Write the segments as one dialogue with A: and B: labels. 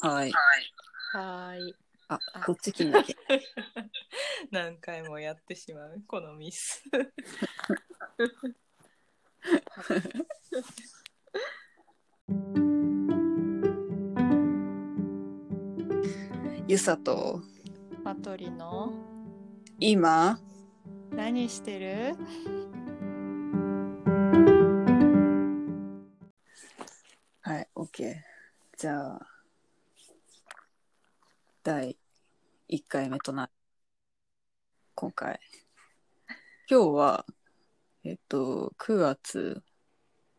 A: はい。
B: はーい。
A: あ、こっち切ん なきゃ。
C: 何回もやってしまうこのミ ス
A: ゆさと、
C: マトリの
A: 今、
C: 何してる
A: はい、OK。じゃあ、第1回目となる。今回。今日は、えっと、9月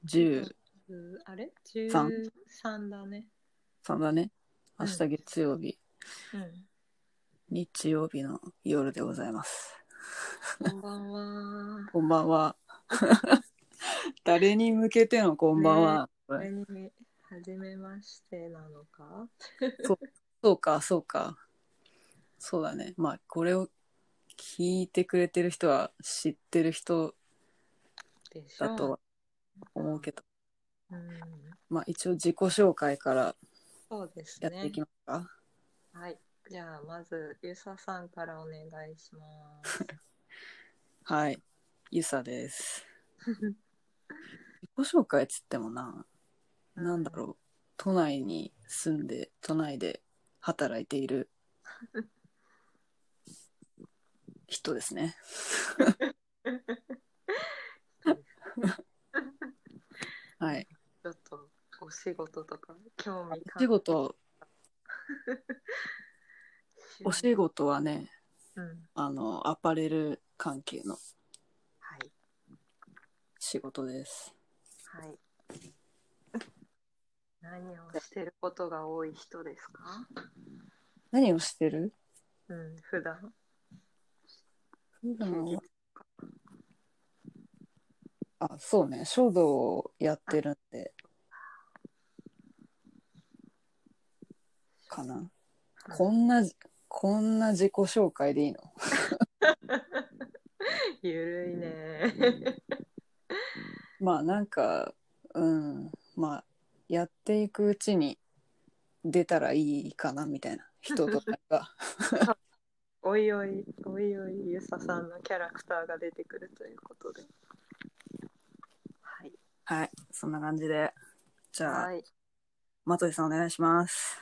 A: 13
B: うんあれ
A: 三
B: ?13 だね。
A: だね。明日月曜日、
C: うん
A: 日曜日の夜でございます。
B: こんばんは。
A: こんばん は。誰に向けてのこんばんは。
B: これに、はじめましてなのか
A: そうか、そうか。そうだね。まあ、これを聞いてくれてる人は知ってる人
B: でしょ
A: だとは思うけど、
B: うん、
A: まあ、一応自己紹介から
B: そうです
A: やって
B: ね
A: いき。ますか。
B: はい。じゃあ、まず、ゆささんからお願い します。
A: はい。ゆさ です。自己紹介っつってもな、なんだろう。都内に住んで、都内で働いてい る人ですね。はい。
B: ちょっと、お仕事とか、興味
A: お仕事、お
B: 事。
A: 仕事はね、
B: うん。
A: あの、アパレル関係の
B: はい。
A: 仕事です。
B: はい。何をしてることが多い人ですか
A: 何をしてる
B: うん、普段。
A: あ、そうね。書道をやってるんで。かな。こんな、こんな自己紹介でいいの
B: ゆるいね。
A: まあなんか、うん。まあ、やっていくうちに出たらいいかな、みたいな。人とか が。
B: おいおい、おいおい、ゆささんのキャラクターが出てくるということで。はい。
A: はい。そんな感じで。じゃあ、
B: はい。
A: マトリさんお願いします。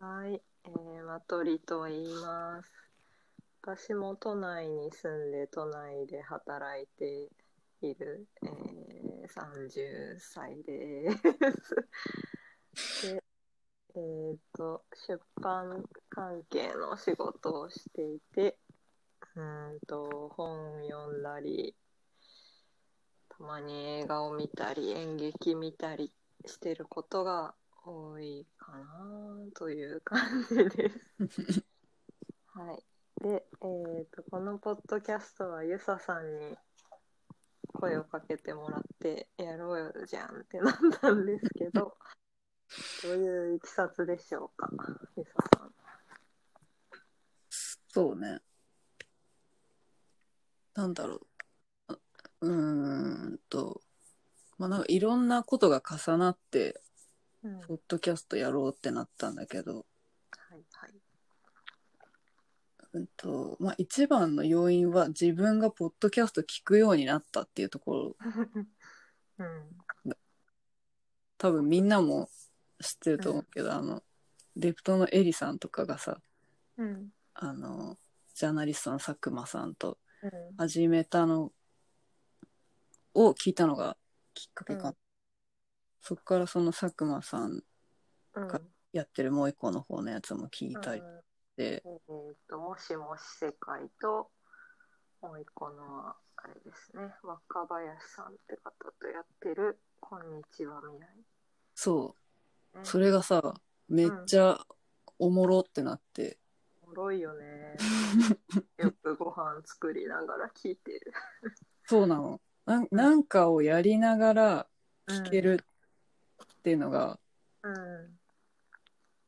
B: はい。えー、まとりと言います。私も都内に住んで、都内で働いている、えー、30歳です。 で、えっ、と、出版関係の仕事をしていて、うーんと、本読んだり、たまに映画を見たり、演劇見たりしてることが多いかなという感じです。はい。で、えー、とこのポッドキャストはゆささんに声をかけてもらってやろうよじゃんってなったんです けど、どういういきさつでしょうか、ゆささん。
A: そうね。なんだろう。あうーんと、まあなんかいろんなことが重なって、
B: うん、はい
A: ポッドキャストやろうってなったんだけど、
B: はい。
A: うんと、まあ一番の要因は自分がポッドキャスト聞くようになったっていうところ、
B: うん、
A: 多分みんなも知ってると思うけど、あの、デプトのエリさんとかがさ、
B: うん、
A: あの、ジャーナリストの佐久間さんと
B: うん、
A: 始めたのを聞いたのがきっかけかな、
B: うん
A: そこからその佐久間さん
B: うん。
A: かやってるもう一個の方のやつも聞いたり
B: うん
A: して、
B: えー、と、もしもし世界と、もう一個のは、あれですね、若林さんって方とやってる、こんにちは未来、
A: そ
B: ね。
A: うそれがさめっちゃおもろってなって、
B: おもろいよ ね。よくご飯作りながら聞いてる。
A: そうなのなんなんかをやりながら聞けるっていうのが
B: うん。うん。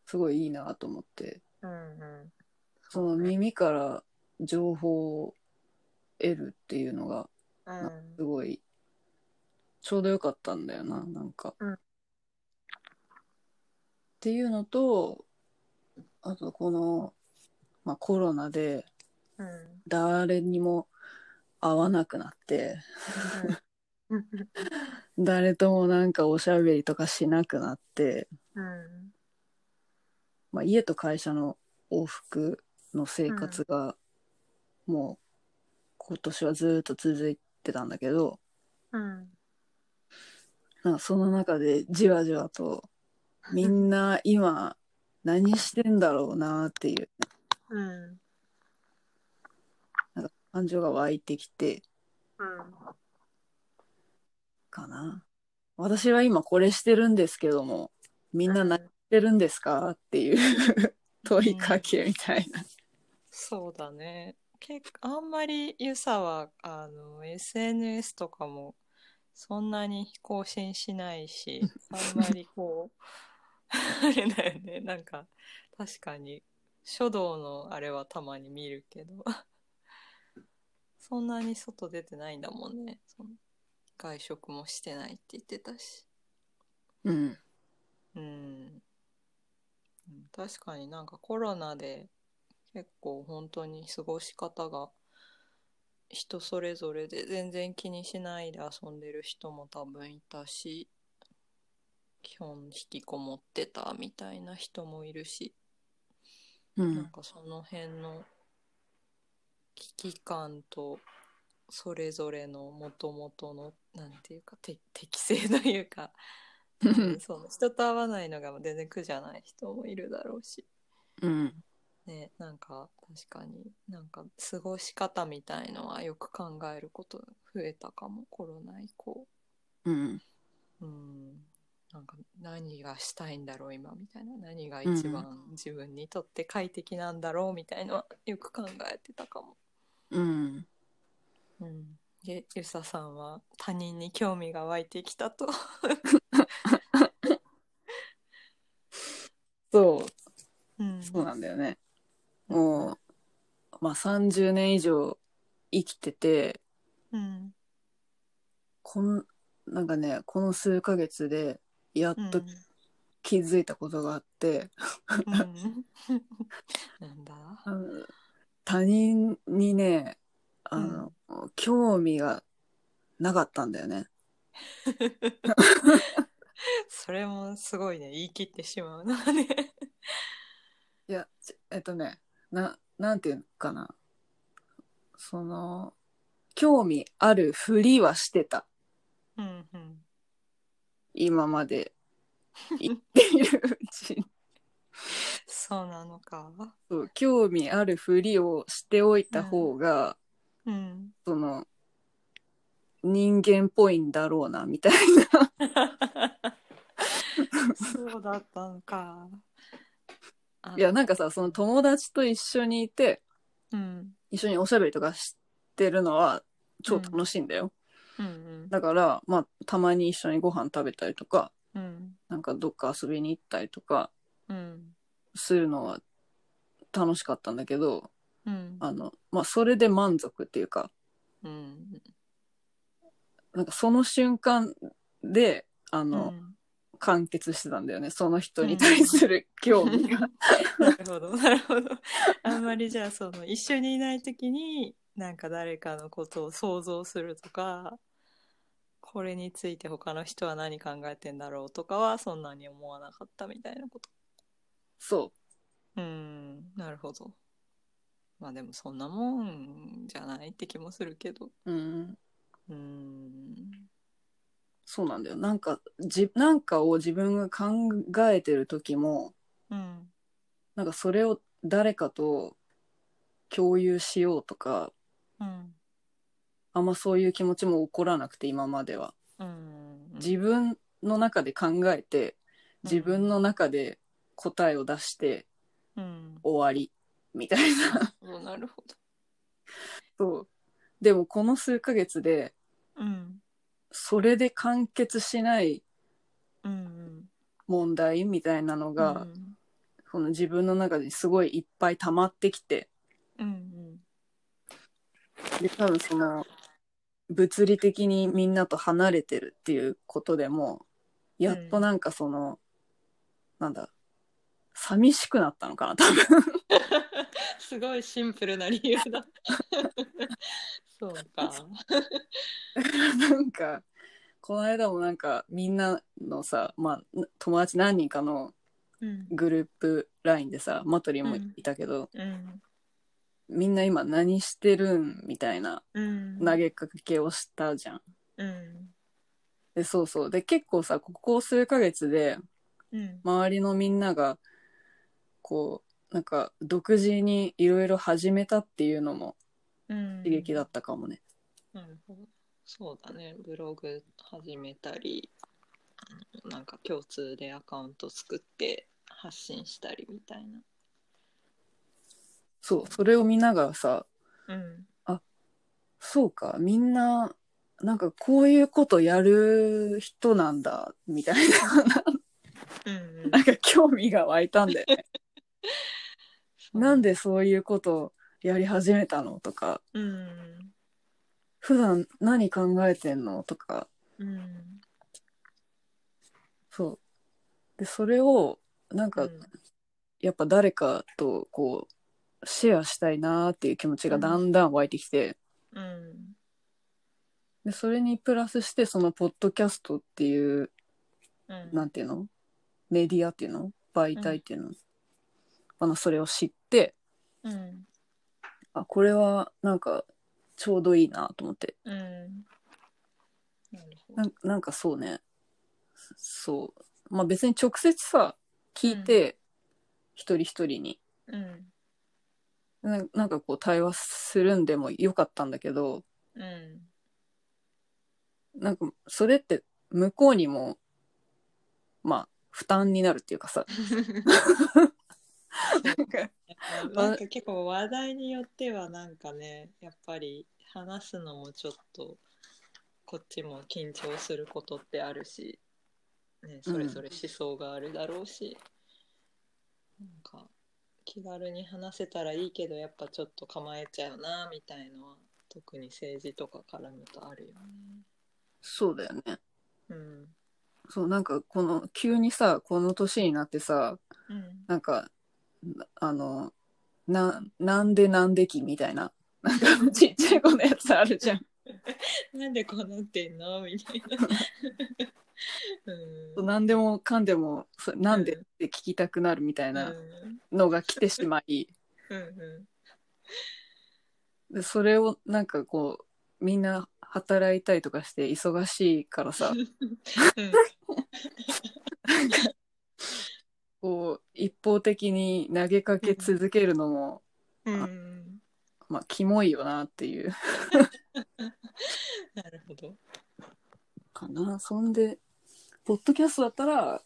A: すごいいいなと思って
B: うんうん。
A: その
B: うね
A: 耳から情報を得るっていうのが
B: うん。
A: すごいちょうどよかったんだよななんかっていうのと、あとこの、まあ、コロナで
D: うん。
A: 誰にも会わなくなって、
D: うん。
A: 誰ともなんかおしゃべりとかしなくなって、
D: うん。
A: まあ、家と会社の往復の生活がもう今年はずっと続いてたんだけど
D: うん。
A: なんかその中でじわじわとみんな今何してんだろうなっていう
D: うん。
A: 感情が湧いてきて
D: うん。
A: かな私は今これしてるんですけどもみんな何してるんですかっていう問いかけみたいな。
B: そうだね。結構あんまりユサはあの SNS とかもそんなに更新しないし、あんまりこ う、あれだよね。なんか確かに書道のあれはたまに見るけど、そんなに外出てないんだもんね。その外食もしてないって言ってたし。
A: うん
B: うん、うん確かになんかコロナで結構本当に過ごし方が人それぞれで全然気にしないで遊んでる人も多分いたし基本引きこもってたみたいな人もいるし、
A: う
B: なん
A: ん
B: かその辺の危機感とそれぞれのもともとのなんていうかて適性というかそう人と会わないのが全然苦じゃない人もいるだろうし、
A: うん
B: ね、なんか確かになんか過ごし方みたいのはよく考えること増えたかもコロナ以降
A: うん
B: うんなんか何がしたいんだろう今みたいな何が一番自分にとって快適なんだろうみたいのはよく考えてたかも。
A: うん
B: うん、でゆささんは他人に興味が湧いてきたと。
A: そう
B: うん、
A: そうなんだよね。もう、まあ、30年以上生きてて、
B: うん
A: こん、なんかね、この数ヶ月で、やっ
B: うん
A: と気づいたことがあって、
B: うん、 なんだ
A: あの他人にね、あの、興味がなかったんだよね。
B: それもすごいね言い切ってしまうのがね。
A: いや、ちえっとね、な、なんていうのかな。その、興味あるふりはしてた。
B: うんうん
A: 今ま で言っているうちに。
B: そうなのか。
A: そう興味あるふりをしておいた方が、
B: うん。
A: その人間っぽいんだろうなみたいな
B: そうだったのか。あ
A: いやなんかさその友達と一緒にいて
B: うん
A: 一緒におしゃべりとかしてるのは超楽しいんだよ、
B: うん
A: だからまあたまに一緒にご飯食べたりとか
B: うんうん
A: なんかどっか遊びに行ったりとか
B: うん
A: するのは楽しかったんだけど
B: うん
A: あのまあそれで満足っていうか
B: うん
A: なんかその瞬間であ
B: う
A: の、
B: ん
A: 完結してたんだよねその人に対する興 味が。
B: なるほどなるほどあんまりじゃあその一緒にいない時になんか誰かのことを想像するとかこれについて他の人は何考えてんだろうとかはそんなに思わなかったみたいなこと
A: そう
B: ーんなるほどまあでもそんなもんじゃないって気もするけど
A: う、うん、
B: うーん
A: そうなんだよなんかじなんかを自分が考えてる時も
B: うん
A: なんかそれを誰かと共有しようとか
B: うん
A: あんまそういう気持ちも起こらなくて今までは
B: うん
A: 自分の中で考えて自分の中で答えを出して
B: うん
A: 終わりみたいな
B: そうなるほど
A: そうでもこの数ヶ月で
B: うん
A: それで完結しない
B: うんうん
A: 問題みたいなのが、
B: うん
A: その自分の中にすごいいっぱい溜まってきて
B: うん
A: で多分その物理的にみんなと離れてるっていうことでもやっとなんかその、なんだ寂しくなったのかな、多分。
B: すごいシンプルな理由だ。そうか。
A: なんか、この間もなんか、みんなのさ、まあ、友達何人かの
B: うん。
A: グループ LINE でさ、マトリもいたけど、
B: うん。
A: みんな今何してるんみたいな
B: うん。
A: 投げかけをしたじゃん。
B: うん。
A: で、そうそう。で、結構さ、ここ数ヶ月で、
B: うん。
A: 周りのみんなが、こう、なんか、独自にいろいろ始めたっていうのも
B: うん。
A: 刺激だったかもね。
B: なるほど。そうだね。ブログ始めたり、うんなんか共通でアカウント作って発信したりみたいな。
A: そう、それを見ながらさ、
B: うん。
A: そうか、みんな、なんかこういうことやる人なんだ、みたいな、
B: うん、
A: なん か興味が湧いたんだよね。
B: そう
A: なんでそういうことをやり始めたのとか、
B: うん。
A: 普段何考えてんのとか、
B: うん。
A: そう。で、それを、なんか、やっぱ誰かと、こう、シェアしたいなーっていう気持ちがだんだん湧いてきて、
B: うん。
A: で、それにプラスして、その、ポッドキャストっていう、
B: うん。
A: なんていうのメディアっていうの媒体っていうの、あのそれを知って
B: うん。
A: あこれはなんかちょうどいいなと思って
B: うん。なるほ
A: な
B: ど。
A: んなんかそうねそうまあ別に直接さ聞いて、一人一人に
B: うん。
A: ななんかこう対話するんでもよかったんだけど
B: うん。
A: なんかそれって向こうにもまあ負担になるっていうかさなんか
B: なんか結構話題によってはなんかねやっぱり話すのもちょっとこっちも緊張することってあるし、ね、それぞれ思想があるだろうし、なんか気軽に話せたらいいけどやっぱちょっと構えちゃうなみたいのは特に政治とか絡むとあるよね。
A: そうだよね
B: うん
A: そうなんかこの急にさこの年になってさ
B: うん
A: なんかなあのななんでなんできみたいななんかちっちゃい子のやつあるじゃん。
B: なんでこうなってんのみたいな。うん
A: 何でもかんでもそなんで
B: う
A: っ
B: ん
A: て聞きたくなるみたいな
B: うん
A: のが来てしまい
B: うんうん
A: でそれをなんかこうみんな働いたりとかして忙しいからさ
B: うん
A: こう一方的に投げかけ続けるのも、
B: うん
A: まあキモいよなっていう
B: なるほど。
A: かなそんでポッドキャストだったら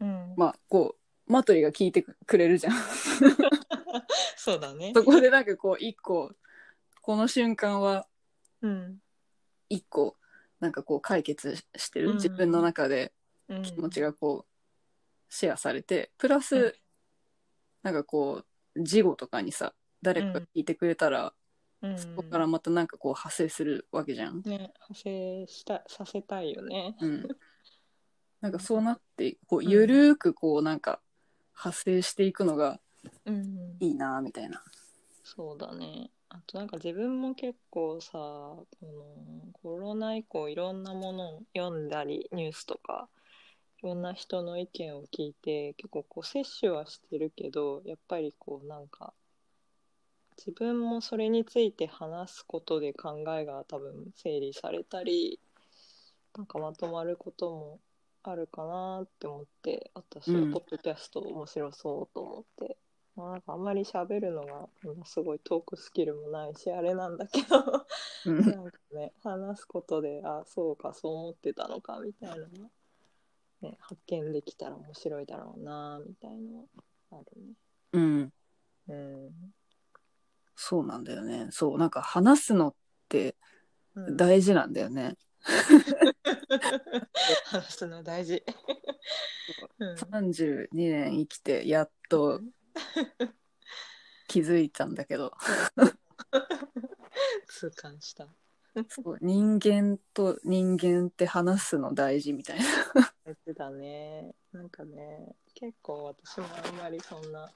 B: うん
A: まあこうマトリが聞いてくれるじゃん
B: そうだね。
A: そこでなんかこう一個この瞬間は
B: うん。
A: 一個なんかこう解決してる、
B: うん
A: 自分の中で
B: うん
A: 気持ちがこうシェアされてプラス、
B: うん
A: なんかこう事後とかにさ誰かが聞いてくれたら、
B: うん
A: そこからまたなんかこう派生するわけじゃん。
B: ね、派生した、させたいよね。
A: うん、なんかそうなってこう
B: うん
A: ゆるーくこうなんか派生していくのが
B: うん。
A: いいなみたいな。
B: そうだね。あとなんか自分も結構さ、このコロナ以降いろんなものを読んだり、ニュースとか、いろんな人の意見を聞いて、結構こう摂取はしてるけど、やっぱりこうなんか、自分もそれについて話すことで考えが多分整理されたり、なんかまとまることもあるかなって思って、私は
A: うん
B: ポッドキャスト面白そうと思って。まあ、なんかあんまり喋るのがそんなすごいトークスキルもないしあれなんだけど
A: うん
B: なんかね話すことであそうかそう思ってたのかみたいなのが、ね、発見できたら面白いだろうなみたいのはあ
A: うん
B: るね。
A: そうなんだよね。そう、なんか話すのって
B: うんうん、
A: 大事なんだよね。
B: 話すの大事。うん
A: 32年生きて、やっと気づいたんだけど。
B: 痛感した。
A: そう人間と人間って話すの大事みたいな。
B: やつだね。なんかね、結構私もあんまりそんな、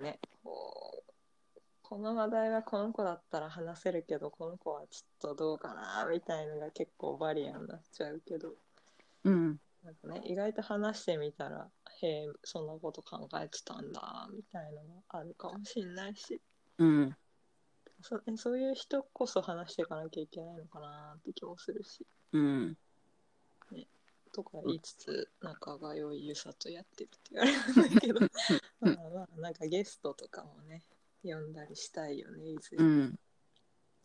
B: ね、こう、この話題はこの子だったら話せるけど、この子はちょっとどうかな、みたいのが結構バリアになっちゃうけど、
A: うん。
B: なんかね、意外と話してみたら、へえ、そんなこと考えてたんだ、みたいのもあるかもしんないし、
A: うん。
B: そえそういう人こそ話していかなきゃいけないのかなって気もするし、
A: うん。
B: とか言いつつ、仲が良いゆさとやってるって言われるんだ けど、まあまあ、なんかゲストとかもね、呼んだりしたいよね、いずれ。
A: うん。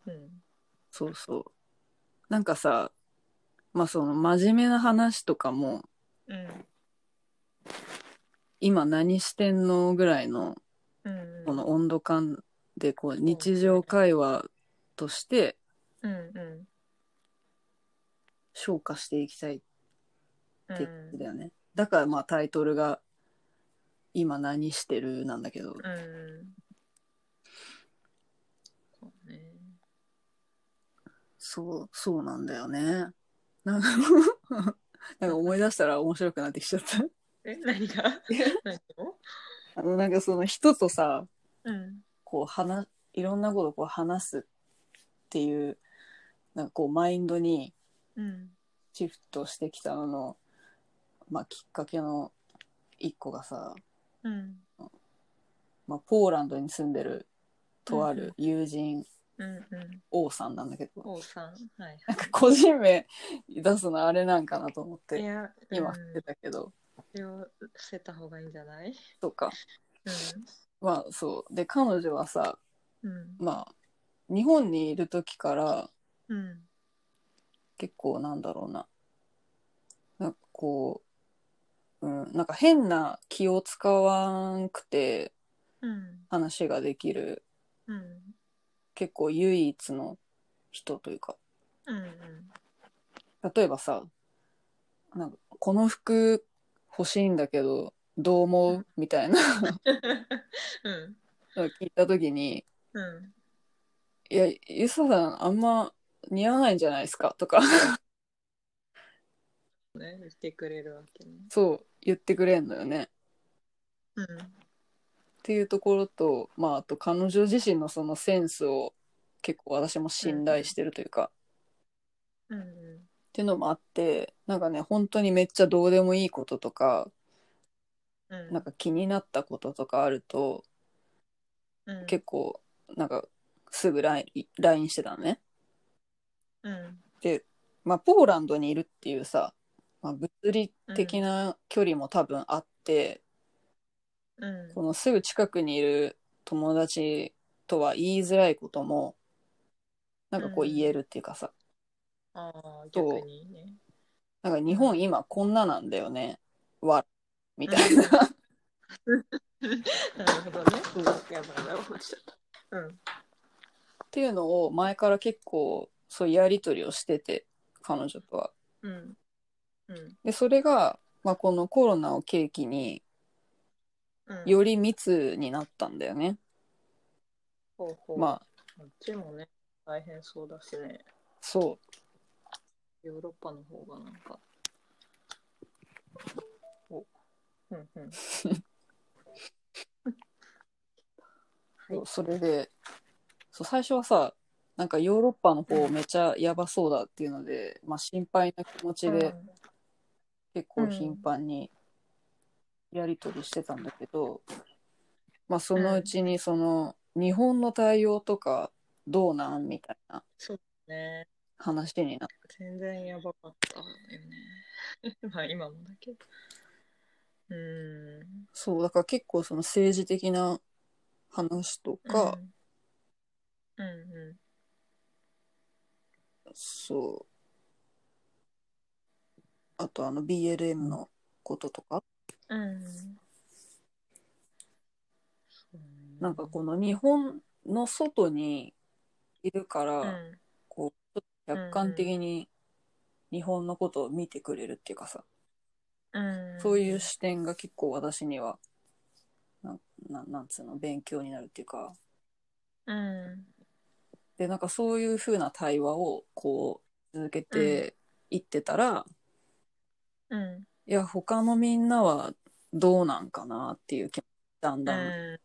B: うん
A: そうそう。なんかさ、まあその真面目な話とかも、
C: うん
A: 今何してんのぐらいの
C: うん
A: この温度感でこう日常会話として
C: うんう
A: 消化していきたい
C: ん
A: ってことだよね。だからまあタイトルが「今何してる?」なんだけど、
C: うん
B: そうね
A: そう、そうなんだよね。なんか なんか思い出したら面白くなってきちゃっ
B: え、何が 何を
A: た。あのなんかその人とさ、
C: うん
A: こう話、いろんなことをこう話すっていう、なんかこうマインドに
C: うん
A: シフトしてきたのの、まあきっかけの一個がさ、
C: うん
A: まあポーランドに住んでるとある友人、
C: うんうん
A: 王さんなんだけど、
B: 王さん。はい
A: なんか個人名出すのあれなんかなと思っ
B: はい。い
A: て、
B: や、
A: 今
B: う
A: 知
B: ん
A: ってたけど、
B: それを伏せた方がいいんじゃない
A: とか。まあそう。で、彼女はさ、
B: うん。うん。
A: まあ、日本にいる時から
B: うん。
A: 結構なんだろうな。なんかこう、うん、なんか変な気を使わんくて
B: うん。
A: 話ができる
B: うん。
A: 結構唯一の人というか。
B: うん。
A: 例えばさ、なんかこの服欲しいんだけど、どう思うみたいな
B: うん。
A: のを聞いた時に、
B: うん。
A: いや、ゆささんあんま似合わないんじゃないですかとか、
B: ね、言ってくれるわけね。
A: そう言ってくれんのよね。
B: うん。
A: っていうところと、まあ、あと彼女自身のそのセンスを結構私も信頼してるというか、っ
B: うん。
A: ていうのもあってなんかね本当にめっちゃどうでもいいこととか
B: うん。
A: なんか気になったこととかあると、
B: うん、
A: 結構なんかすぐ LINE LINE してたのね。
B: うん。
A: で、まあ、ポーランドにいるっていうさ、まあ、物理的な距離も多分あって、
B: うん。
A: このすぐ近くにいる友達とは言いづらいこともなんかこう言えるっていうかさ、
B: ああ、逆にね。
A: なんか日本今こんななんだよね。わ、みたいな。
B: なるほどね。うん、やばいやばい、話しちゃった。う
A: っ
B: ん。
A: ていうのを前から結構そういうやり取りをしてて、彼女とは。
B: うん。うん。
A: で、それが、まあ、このコロナを契機に
B: うん、
A: より密になったんだよね。
B: ほうほう
A: まあ、
B: こっちもね、大変そうだしね。
A: そ
B: ヨーロッパの方がなんか。おうんうん。
A: う。
B: はい
A: それで、そう最初はさ、なんかヨーロッパの方めちゃやばそうだっていうので、まあ、心配な気持ちで結構頻繁にやり取りしてたんだけど、まあそのうちにその日本の対応とかどうなんみたいな
B: ね
A: 話になっ
B: 全然やばかったよね。 まあ今もだけど。うーん。
A: そうだから結構その政治的な話とか、
B: うん、うんうん。
A: そうあとあの BLM のこととか、
B: うん。
A: なんかこの日本の外にいるから、
B: うん、
A: こうちょっと客観的に日本のことを見てくれるっていうかさ、
B: うん、
A: そういう視点が結構私には、なん、なんなんつうの、勉強になるっていうか、
B: うん、
A: でなんかそういうふうな対話をこう続けていってたら、
B: うん。
A: いや他のみんなはどうなんかなっていう気もだん
B: う
A: だん
B: ん。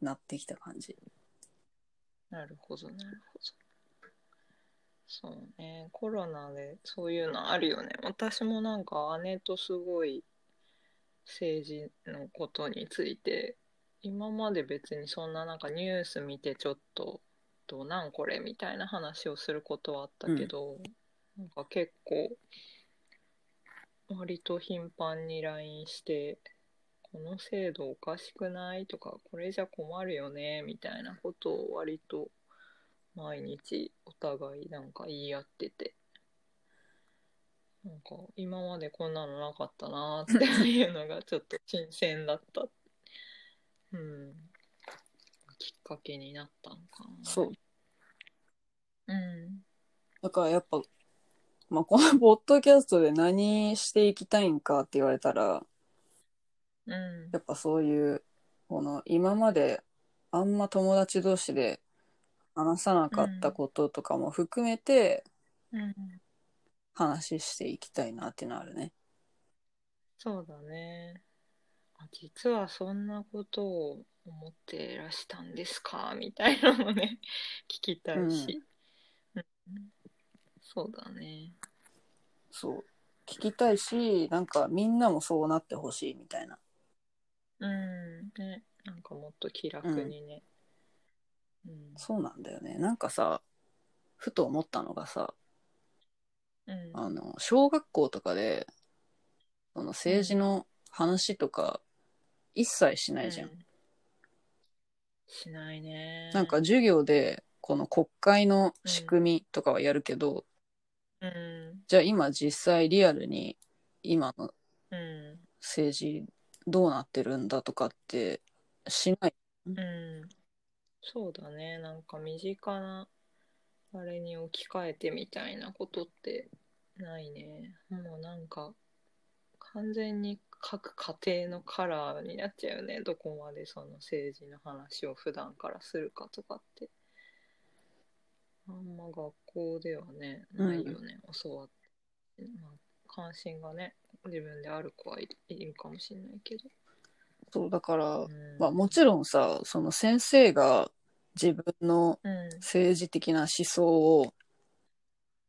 A: なってきた感じ。
B: なるほど、なるほど。そうね、コロナでそういうのあるよね。私もなんか姉とすごい政治のことについて、今まで別にそんななんかニュース見てちょっと、どうなんこれみたいな話をすることはあったけど、なんか結構、割と頻繁に LINE して、この制度おかしくないとか、これじゃ困るよね、みたいなことを割と毎日お互いなんか言い合ってて、なんか今までこんなのなかったなーっていうのがちょっと新鮮だった。うん。きっかけになったのかな。
A: そう
B: うん。
A: だからやっぱ、まあ、このポッドキャストで何していきたいんかって言われたら
B: うん。
A: やっぱそういうこの今まであんま友達同士で話さなかったこととかも含めて
B: うん。
A: 話していきたいなっていうのはあるね。
B: そうだね。あ実はそんなことを思ってらしたんですかみたいなのもね、聞きたいし。うんそうだね。
A: そう聞きたいしなんかみんなもそうなってほしいみたいな。
B: うん。ね。なんかもっと気楽にね。うん。
A: そうなんだよねなんかさふと思ったのがさ
B: うん。
A: あの小学校とかでその政治の話とか一切しないじゃん
B: う。しないね。
A: なんか、授業でこの国会の仕組みとかはやるけど、
B: うん。
A: じゃあ今実際リアルに今の
B: う
A: 政治どうなってるんだとかってしない。
B: ん。うん。そうだね。なんか身近な、あれに置き換えてみたいなことってないね。もうなんか、完全に各家庭のカラーになっちゃうよね。どこまでその政治の話を普段からするかとかって。あんま学校ではね、ないよね。教わって。まあ、関心がね、自分である子はいいるかもしれないけど。
A: そうだから、
B: うん
A: まあ、もちろんさその先生が自分の
B: うん。
A: 政治的な思想を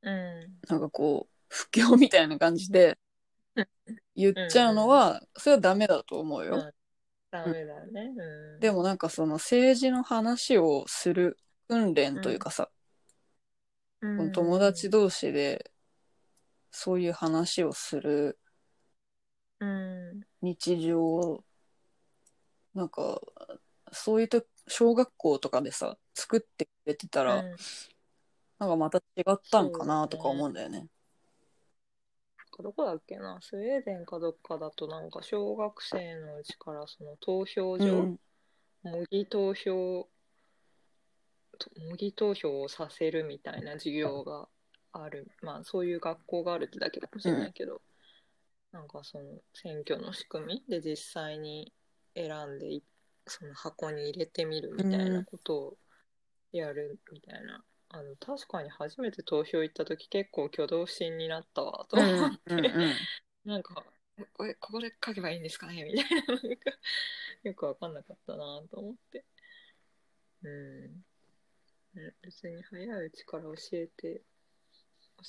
B: うん。
A: なんかこう不況みたいな感じで
B: うん
A: 言っちゃうのはそれはダメだと思うよ。
B: うんダメだね。うん。
A: でもなんかその政治の話をする訓練というかさ、
B: うん、
A: この友達同士でそういう話をする
B: うん。
A: 日常をなんかそういうと小学校とかでさ作ってくれてたら、
B: うん
A: なんかまた違ったんかなとか思うんだよね。
B: どこだっけなスウェーデンかどっかだとなんか小学生のうちからその投票
A: う
B: 所、
A: ん
B: 模擬投票と模擬投票をさせるみたいな授業があるまあそういう学校があるってだけかもしれないけど、なんかその選挙の仕組みで実際に選んでいその箱に入れてみるみたいなことをやるみたいな、あの確かに初めて投票行った時結構挙動不審になったわと
A: うん
B: 思って、
A: うんうん
B: なんか、これ、ここで書けばいいんですかね みたいな、なんか、よくわかんなかったなと思って。うん。ね別に早いうちから教えて、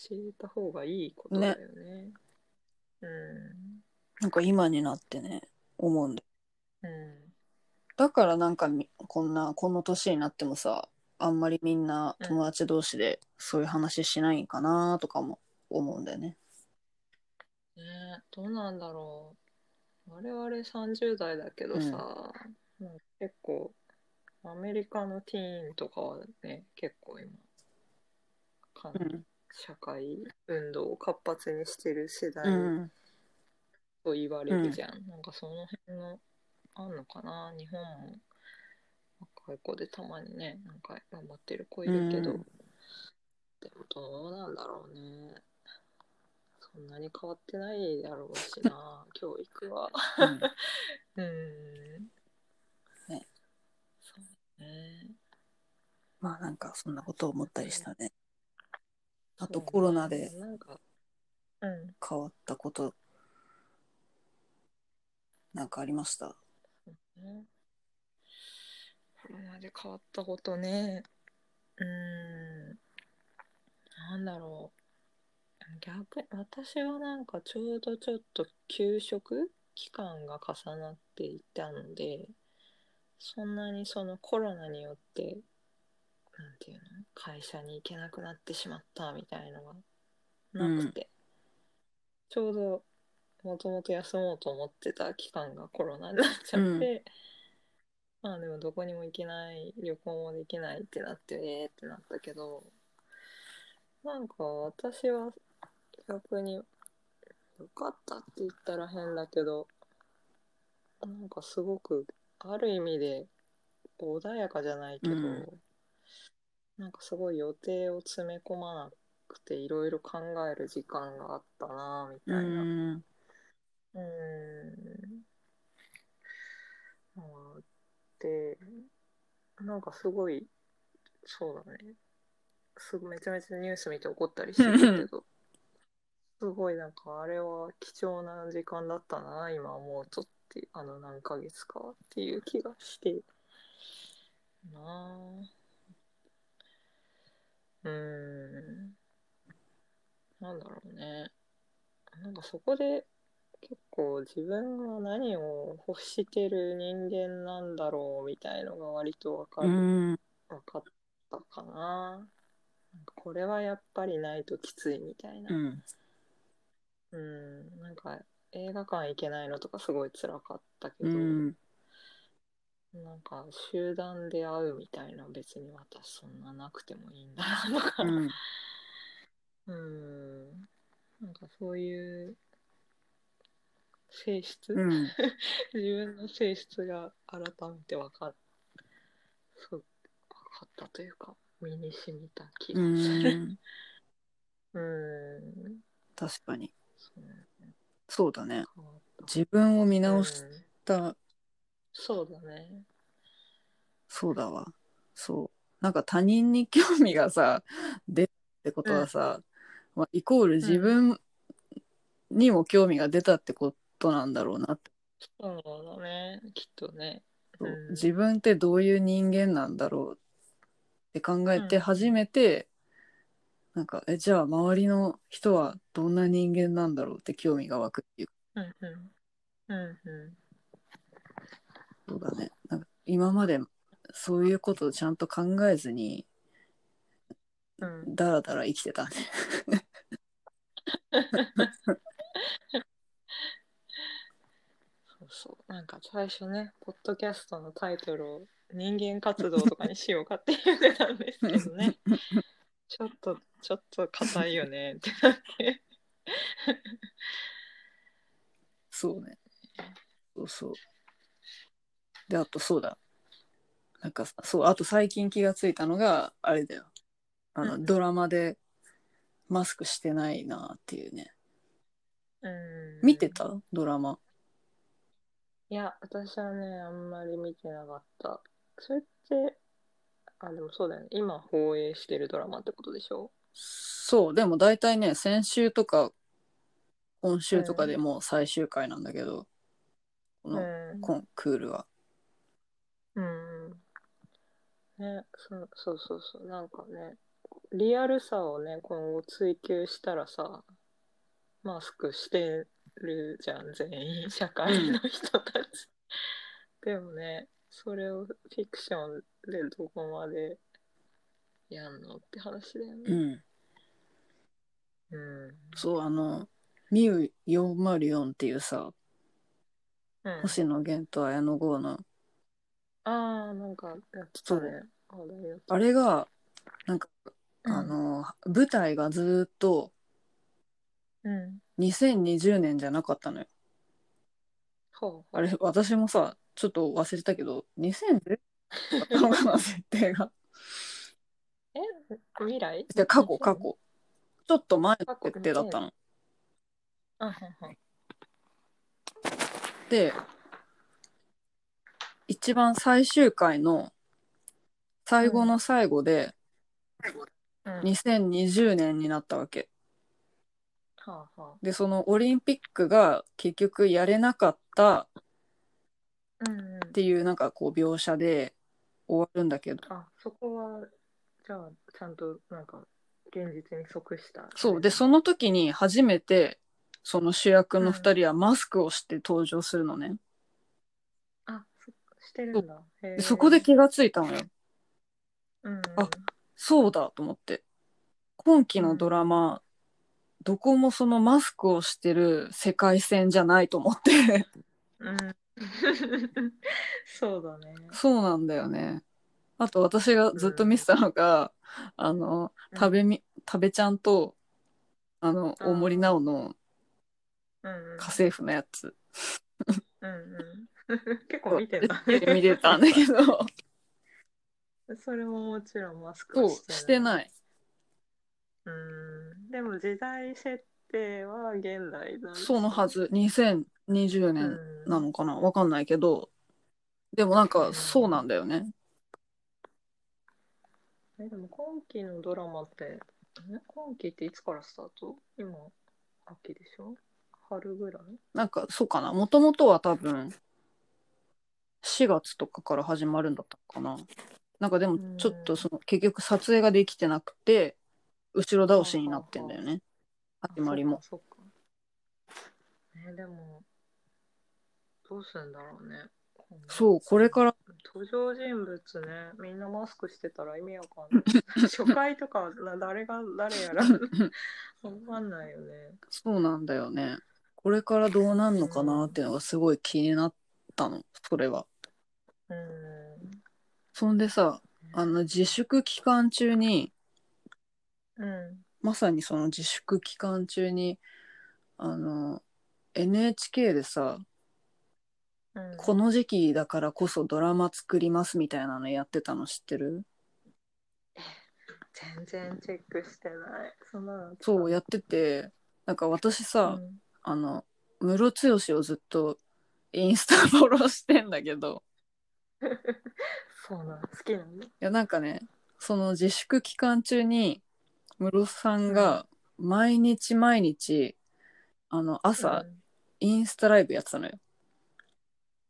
B: 教えた方がいいことだよね。
A: なんか今になってね思うんだよ
B: うん。う
A: だからなんかみこんなこの年になってもさあんまりみんな友達同士でそういう話しないんかなとかも思うんだよね。
B: ん。ねどうなんだろう。我々30代だけどさ、なんか結構、アメリカのティーンとかはね、結構今、かなり社会運動を活発にしてる世代
A: うん
B: と言われるじゃん、なんかその辺のあんのかな日本も若い子でたまにねなんか頑張ってる子いるけど、
A: うん
B: でもどうなんだろうねそんなに変わってないだろうし な教育は
A: うん
B: うん
A: ね
B: そうね
A: まあなんかそんなことを思ったりしたね。あ
B: そう
A: と
B: ね
A: コロナで
B: なんか、
C: うん
A: 変わったことなんかありました
B: ねコロナで変わったことね。うーん。なんだろう。逆に私はなんかちょうどちょっと休職期間が重なっていたので、そんなにそのコロナによって、なんていうの会社に行けなくなってしまったみたいのがなくて、ちょうどもともと休もうと思ってた期間がコロナになっちゃって、
A: うん
B: まあでもどこにも行けない旅行もできないってなってええってなったけどなんか私は逆によかったって言ったら変だけどなんかすごくある意味で穏やかじゃないけど、
A: うん
B: なんかすごい予定を詰め込まなくていろいろ考える時間があったなみたいな。
A: ん
B: うーん。まあ、で、なんかすごい、そうだね。すごいめちゃめちゃニュース見て怒ったりしてるけど、すごいなんかあれは貴重な時間だったな、今思うとって、あの何ヶ月かっていう気がして、なあ。うーん。なんだろうね。なんかそこで結構自分は何を欲してる人間なんだろうみたいのが割とわか
A: う
B: る、
A: ん
B: わかったかな。なんかこれはやっぱりないときついみたいな。
A: うん
B: うん、なんか映画館行けないのとかすごい辛かったけ
A: う
B: ど、
A: ん
B: なんか集団で会うみたいな別に私そんななくてもいいんだなとか、
A: うん
B: うん、なんかそういう性質、
A: うん
B: 自分の性質が改めて分かっそう分かったというか身に染みた気が
A: う
B: する。
A: ん
B: うーん。
A: 確かに
B: そうね
A: そうだね
B: 変わった
A: 自分を見直し
B: うん
A: た
B: そうだね。
A: そうだわそうなんか他人に興味がさ出るってことはさ、まあ、イコール自分にも興味が出たってことなんだろうなって
B: そうだね。きっとね。
A: そう
B: うん
A: 自分ってどういう人間なんだろうって考えて
B: うん
A: 初めて、なんかえじゃあ周りの人はどんな人間なんだろうって興味が湧くっていう
B: うんうん。うんう
A: ことだねなんか今までそういうことをちゃんと考えずに
B: ん。うん
A: だらだら生きてたね
B: そうそう。なんか最初ね、ポッドキャストのタイトルを人間活動とかにしようかって言ってたんですけ どね。ちょっと、ちょっと硬いよねってなって。
A: そうねそうそうであとそうだなんかそうあと最近気がついたのがあれだよあの、
B: うん
A: ドラマでマスクしてないなっていうね
B: うん
A: 見てたドラマ
B: いや、私はね、あんまり見てなかった。それって、あ、でもそうだよね。今放映してるドラマってことでしょ
A: そうでも大体ね先週とか今週とかでもう最終回なんだけど、こ
B: う
A: の
B: ん。
A: コンクールは
B: うん。ね、そそうそうそう。なんかね、リアルさをね、今後追求したらさ、マスクしてるじゃん、全員、社会の人たち。でもね、それをフィクションでどこまでやんのって話だ
A: う
B: よね。
A: ん
B: うん。
A: そうあの「ミウ404」っていうさ
B: うん
A: 星野源と綾野剛の
B: ああ、なんかやってたね。あれやってた
A: あれがなんか
B: うん
A: あの、舞台がずーっと
B: うん。
A: 2020年じゃなかったのよ
B: ほう。
A: あれ私もさちょっと忘れたけど2010だ ったのかな設定が
B: え未来
A: で過去過。
B: 2000
A: 去ちょっと前の設定だったの
B: あはいはい。
A: で一番最終回の最後の最後で
B: うん
A: 2020年になったわけ。
B: はあは
A: で、そのオリンピックが結局やれなかった
B: あ。うんうん
A: っていうなんかこう描写で終わるんだけど、
B: あ、そこは、じゃあ、ちゃんと、なんか、現実に即した。
A: そう。で、その時に初めてその主役の2人はマスクをして登場するのね。
B: あ、そしてるんだ。へ
A: で
B: ー
A: そこで、気がついたのよ。
B: うんうん、
A: あそうだと思って。今期のドラマ、どこもそのマスクをしてる世界線じゃないと思って。
B: うん。 そうだね。
A: そうなんだよね。あと私がずっと見てたのが、あの、
B: う ん
A: 食べみ、食べちゃんと、あの、
B: あー
A: 大森奈央の
B: うんうん。
A: 家政婦のやつ。
B: うんうん。 結構見てた
A: テレビ見てたんだけど、
B: それももちろんマスク
A: そう、
B: は
A: して
B: い。
A: ない。
B: うん。でも時代設定は現代だね
A: そのは。ず、2020
B: う
A: 年
B: ん。
A: なのかなわかんないけど、でもなんかそうなんだよね。
B: えでも今期のドラマって、ん今期っていつからスタート今、秋でしょ春ぐらい
A: なんかそうかなもともとは多分4月とかから始まるんだったのかななんかでもちょっとその結局撮影ができてなくて後ろ倒しになってんだよね始まりも
B: あそっかそっかねでもどうすんだろうね
A: そうこれから
B: 登場人物ねみんなマスクしてたら意味わか んない初回とかな誰が誰やらわかんないよね
A: そうなんだよねこれからどうなんのかなっていうのがすごい気になったのそれは
B: う
A: そんでさあの自粛期間中に
B: んうん
A: まさにその自粛期間中にあの NHK でさ
B: うん
A: この時期だからこそドラマ作りますみたいなのやってたの知ってる
B: 全然チェックしてないそんなの
A: そうやっててなんか私
B: う
A: さ、
B: ん
A: あのムロツヨシをずっとインスタフォローしてんだけど
B: そうなの好きなの
A: いやなんかねその自粛期間中にムロさんが毎日毎日あの朝、
B: うん
A: インスタライブやってたのよ。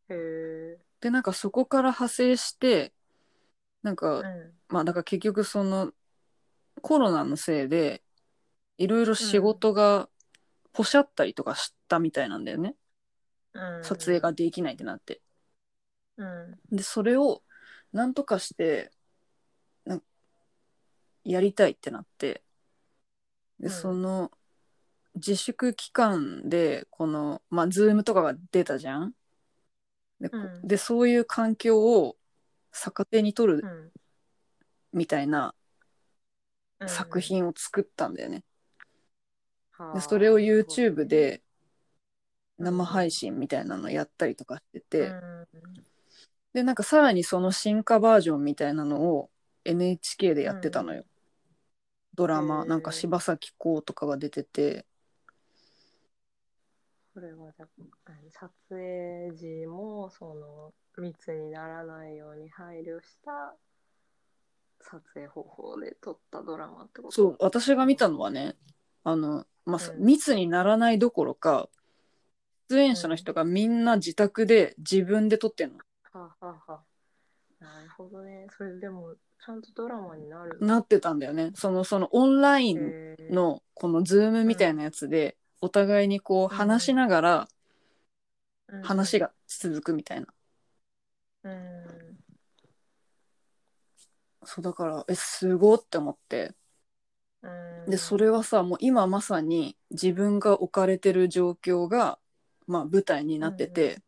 B: へえ
A: でなんかそこから派生してなんか、
B: うん
A: まあだから結局そのコロナのせいでいろいろ仕事がポシャったりとかしたみたいなんだよね、
B: うん
A: 撮影ができないってなって
B: うん
A: でそれをなんとかしてなんやりたいってなって
B: う
A: で
B: ん
A: その自粛期間でこのまあズームとかが出たじゃんで,こ、
B: うん
A: でそういう環境を逆手に取る
B: うん
A: みたいな
B: うん
A: 作品を作ったんだよね、
B: はあ
A: でそれを YouTube で
B: うん
A: 生配信みたいなのやったりとかしてて、
B: うん
A: でなんかさらにその進化バージョンみたいなのを NHK でやってたのよ、ドラマ
B: へー
A: なんか柴咲コウとかが出てて
B: それはじゃあ何撮影時もその密にならないように配慮した撮影方法で撮ったドラマってこと
A: そう私が見たのはねあの、まあさ
B: うん
A: 密にならないどころか出演者の人がみんな自宅で自分で撮ってんの、
B: はあ、はあはあ、なるほどねそれでもちゃんとドラマになる
A: なってたんだよねそのそのオンライン
B: へえ
A: のこのズームみたいなやつでお互いにこう話しながら
B: うん
A: 話が続くみたいな、
B: うん
A: そうだからえすごって思って
B: うん
A: でそれはさもう今まさに自分が置かれてる状況が、まあ、舞台になってて、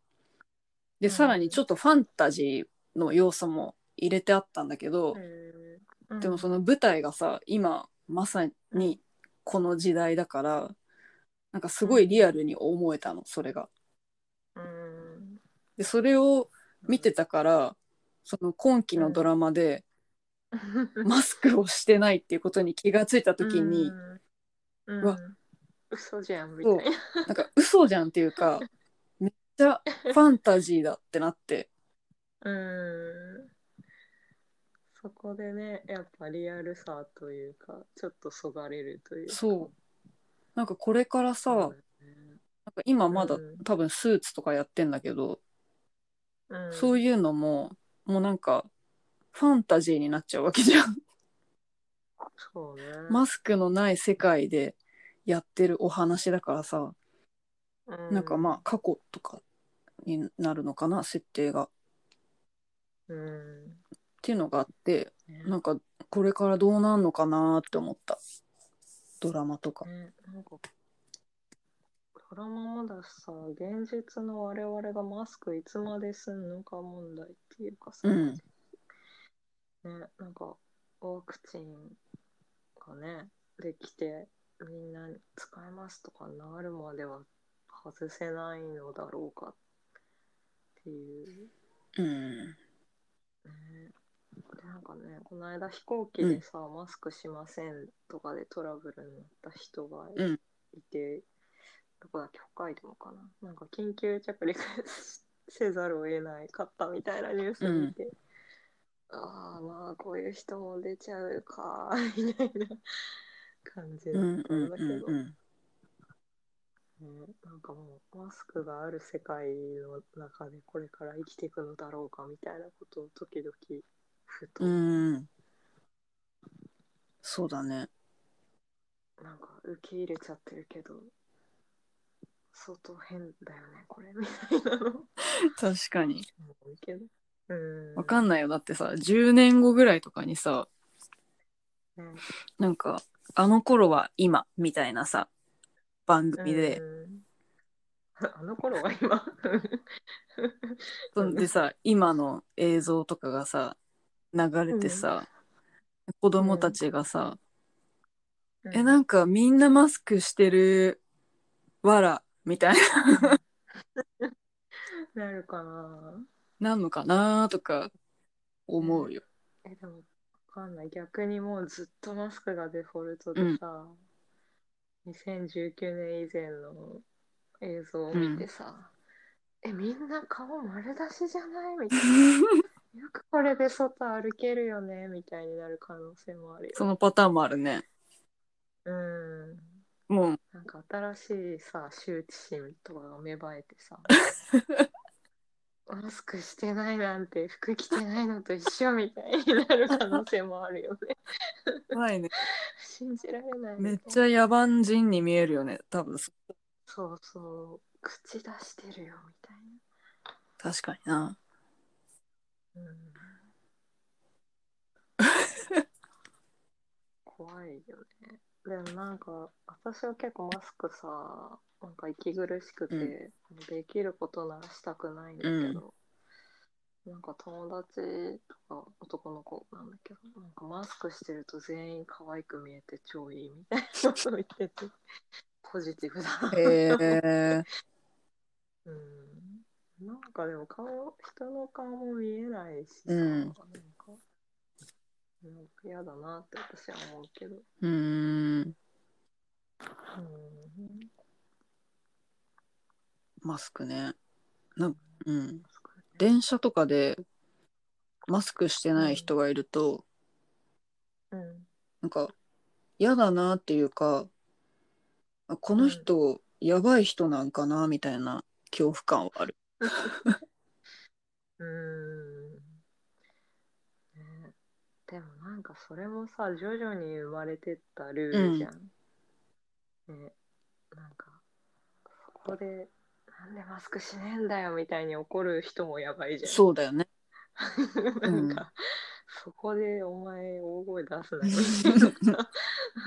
A: でさらにちょっとファンタジーの要素も入れてあったんだけど、
B: へえ
A: でもその舞台がさ今まさにこの時代だからなんかすごいリアルに思えたのそれが。
B: うん
A: でそれを見てたからその今期のドラマでマスクをしてないっていうことに気がつい た時に、
B: うん
A: うわ
B: 嘘じゃんみたいな
A: なんか嘘じゃんっていうかめっちゃファンタジーだってなって
B: うん。そそこでねやっぱリアルさというかちょっとそがれるというか
A: そうなんかこれからさ、
B: う
A: なんか今まだ、
B: うん
A: 多分スーツとかやってんだけど、
B: ん
A: そういうのも、もうなんか、ファンタジーになっちゃうわけじゃん。
B: そうね
A: マスクのない世界でやってるお話だからさ、なんかまあ過去とかになるのかな、設定が。っ
B: うん
A: ていうのがあって、
B: ね
A: なんかこれからどうなんのかなって思った。ドラマとか。
B: ね、なんかドラマもだしさ現実の我々がマスクいつまですんのか問題っていうかさ、
A: うん
B: ね、なんかワクチンがねできてみんな使えますとかなるまでは外せないのだろうかっていう、
A: うん。
B: ね、でなんかねこの間飛行機でさ、マスクしませんとかでトラブルになった人がいて。
A: うん
B: いて、どこだっけ、北海道かな。なんか緊急着陸せざるを得ないかったみたいなニュース見て、ああ、まあ、こういう人も出ちゃうか、 みたいな感じ
A: う
B: だ
A: ん
B: っ
A: う
B: たん
A: ん
B: だ
A: う
B: け
A: ん
B: ど、
A: う
B: ね
A: ん。
B: なんかもう、マスクがある世界の中でこれから生きていくのだろうか、みたいなことを時々、ふと、
A: うん。そうだね。
B: なんか受け入れちゃってるけど、相当変だよね、これ、みたいなの。
A: 確かに。
B: もういけるうん。
A: わかんないよ。だってさ、10年後ぐらいとかにさ、
B: うん
A: なんか、あの頃は今、みたいなさ、番組で、
B: うんあの頃は今。うん
A: そんでさ、今の映像とかがさ、流れてさ、子供たちがさ、 え、なんかみんなマスクしてる、わら、みたいな、
B: なるかな。
A: なんのかなとか、思うよ。
B: え、でも、わかんない。逆にもうずっとマスクがデフォルトでさ、2019年以前の映像を見てさ、え、みんな顔丸出しじゃないみたいな。よくこれで外歩けるよねみたいになる可能性もある
A: そ
B: よ。
A: のパターンもあるね。
B: うん。
A: もう、
B: なんか新しいさ羞恥心とかが芽生えて さマスクしてないなんて服着てないのと一緒みたいになる可能性もあるよね
A: 怖いね。
B: 信じられない
A: めっち
B: ゃ
A: ゃ野蛮人に見えるよね。多分、
B: そうそう口出してるよみたい
A: 確かにな。
B: な、うん、怖いよねでもなんか私は結構マスクさなんか息苦しくて、できることならしたくないんだけど、なんか友達とか男の子なんだけどなんかマスクしてると全員可愛く見えて超いいみたいなことを言っててポジティブだな、
A: へえ。
B: うん、なんかでも顔人の顔も見えないしさ、
A: うん
B: なんかなんか嫌だなって私は思うけど
A: うーん。
B: うん
A: マスクね。なんうん。
B: マスクね
A: 電車とかでマスクしてない人がいると、
B: うん
A: なんか嫌だなっていうか、あこの人、やばい人なんかなみたいな恐怖感はある。
B: うーんね、でもなんかそれもさ徐々に生まれてったルールじゃん。ね、なんかそこでなんでマスクしねえんだよみたいに怒る人もやばいじゃん。
A: そうだよね。
B: な
A: うん
B: んか、そこでお前大声出す なよみたいなさ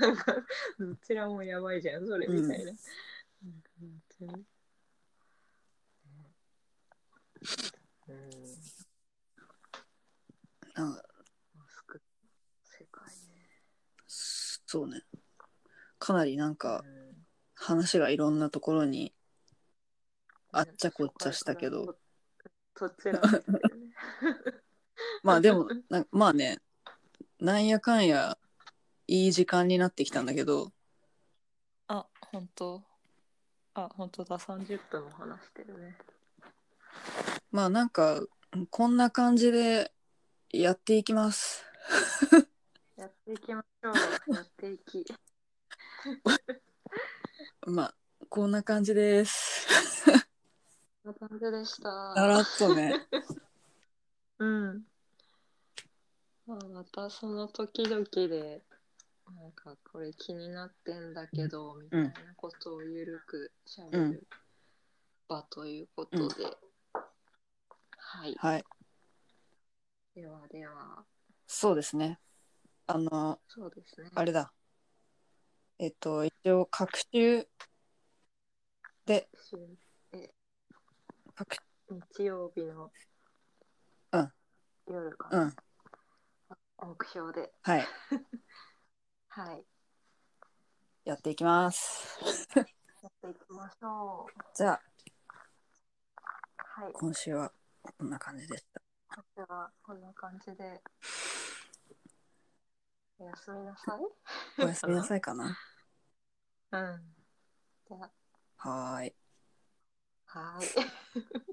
B: なんかどちらもやばいじゃんそれみたいな。なんか本当にうんうん
A: なんか
B: マスク世界ね。
A: そうね。かなりなんか話がいろんなところにあっちゃこっちゃしたけど。
B: どっちらもですよね
A: まあでもなまあねなんやかんやいい時間になってきたんだけど
C: あ、本当。あ、本当だ、三十。
B: 10分も話してるね。
A: まあなんかこんな感じでやっていきます
B: やっていきましょう。やっていき。
A: まあ、こんな感じです。
B: こんな感じ でした。
A: だらっとね。
B: うん。まあ、またその時々で、なんかこれ気になってんだけど、みたいなことをゆるくしゃべ
A: う
B: る
A: ん
B: 場ということで。はい。
A: はい。
B: ではでは、
A: そうですね。あの、
B: そうですね。
A: あれだ。えっと、一応、各週で、
B: し
A: 各
B: 日曜日の
A: うん
B: 夜か
A: う
B: な、
A: ん、
B: 目標で、
A: はい、
B: はい、
A: やっていきます。
B: やっていきましょう。
A: じゃあ、
B: はい。
A: 今週はこんな感じでした。
B: では、こんな感じで。おやすみなさい。
A: おやすみなさいかな。
B: 嗯うん。では、
A: はーい。
B: はーい。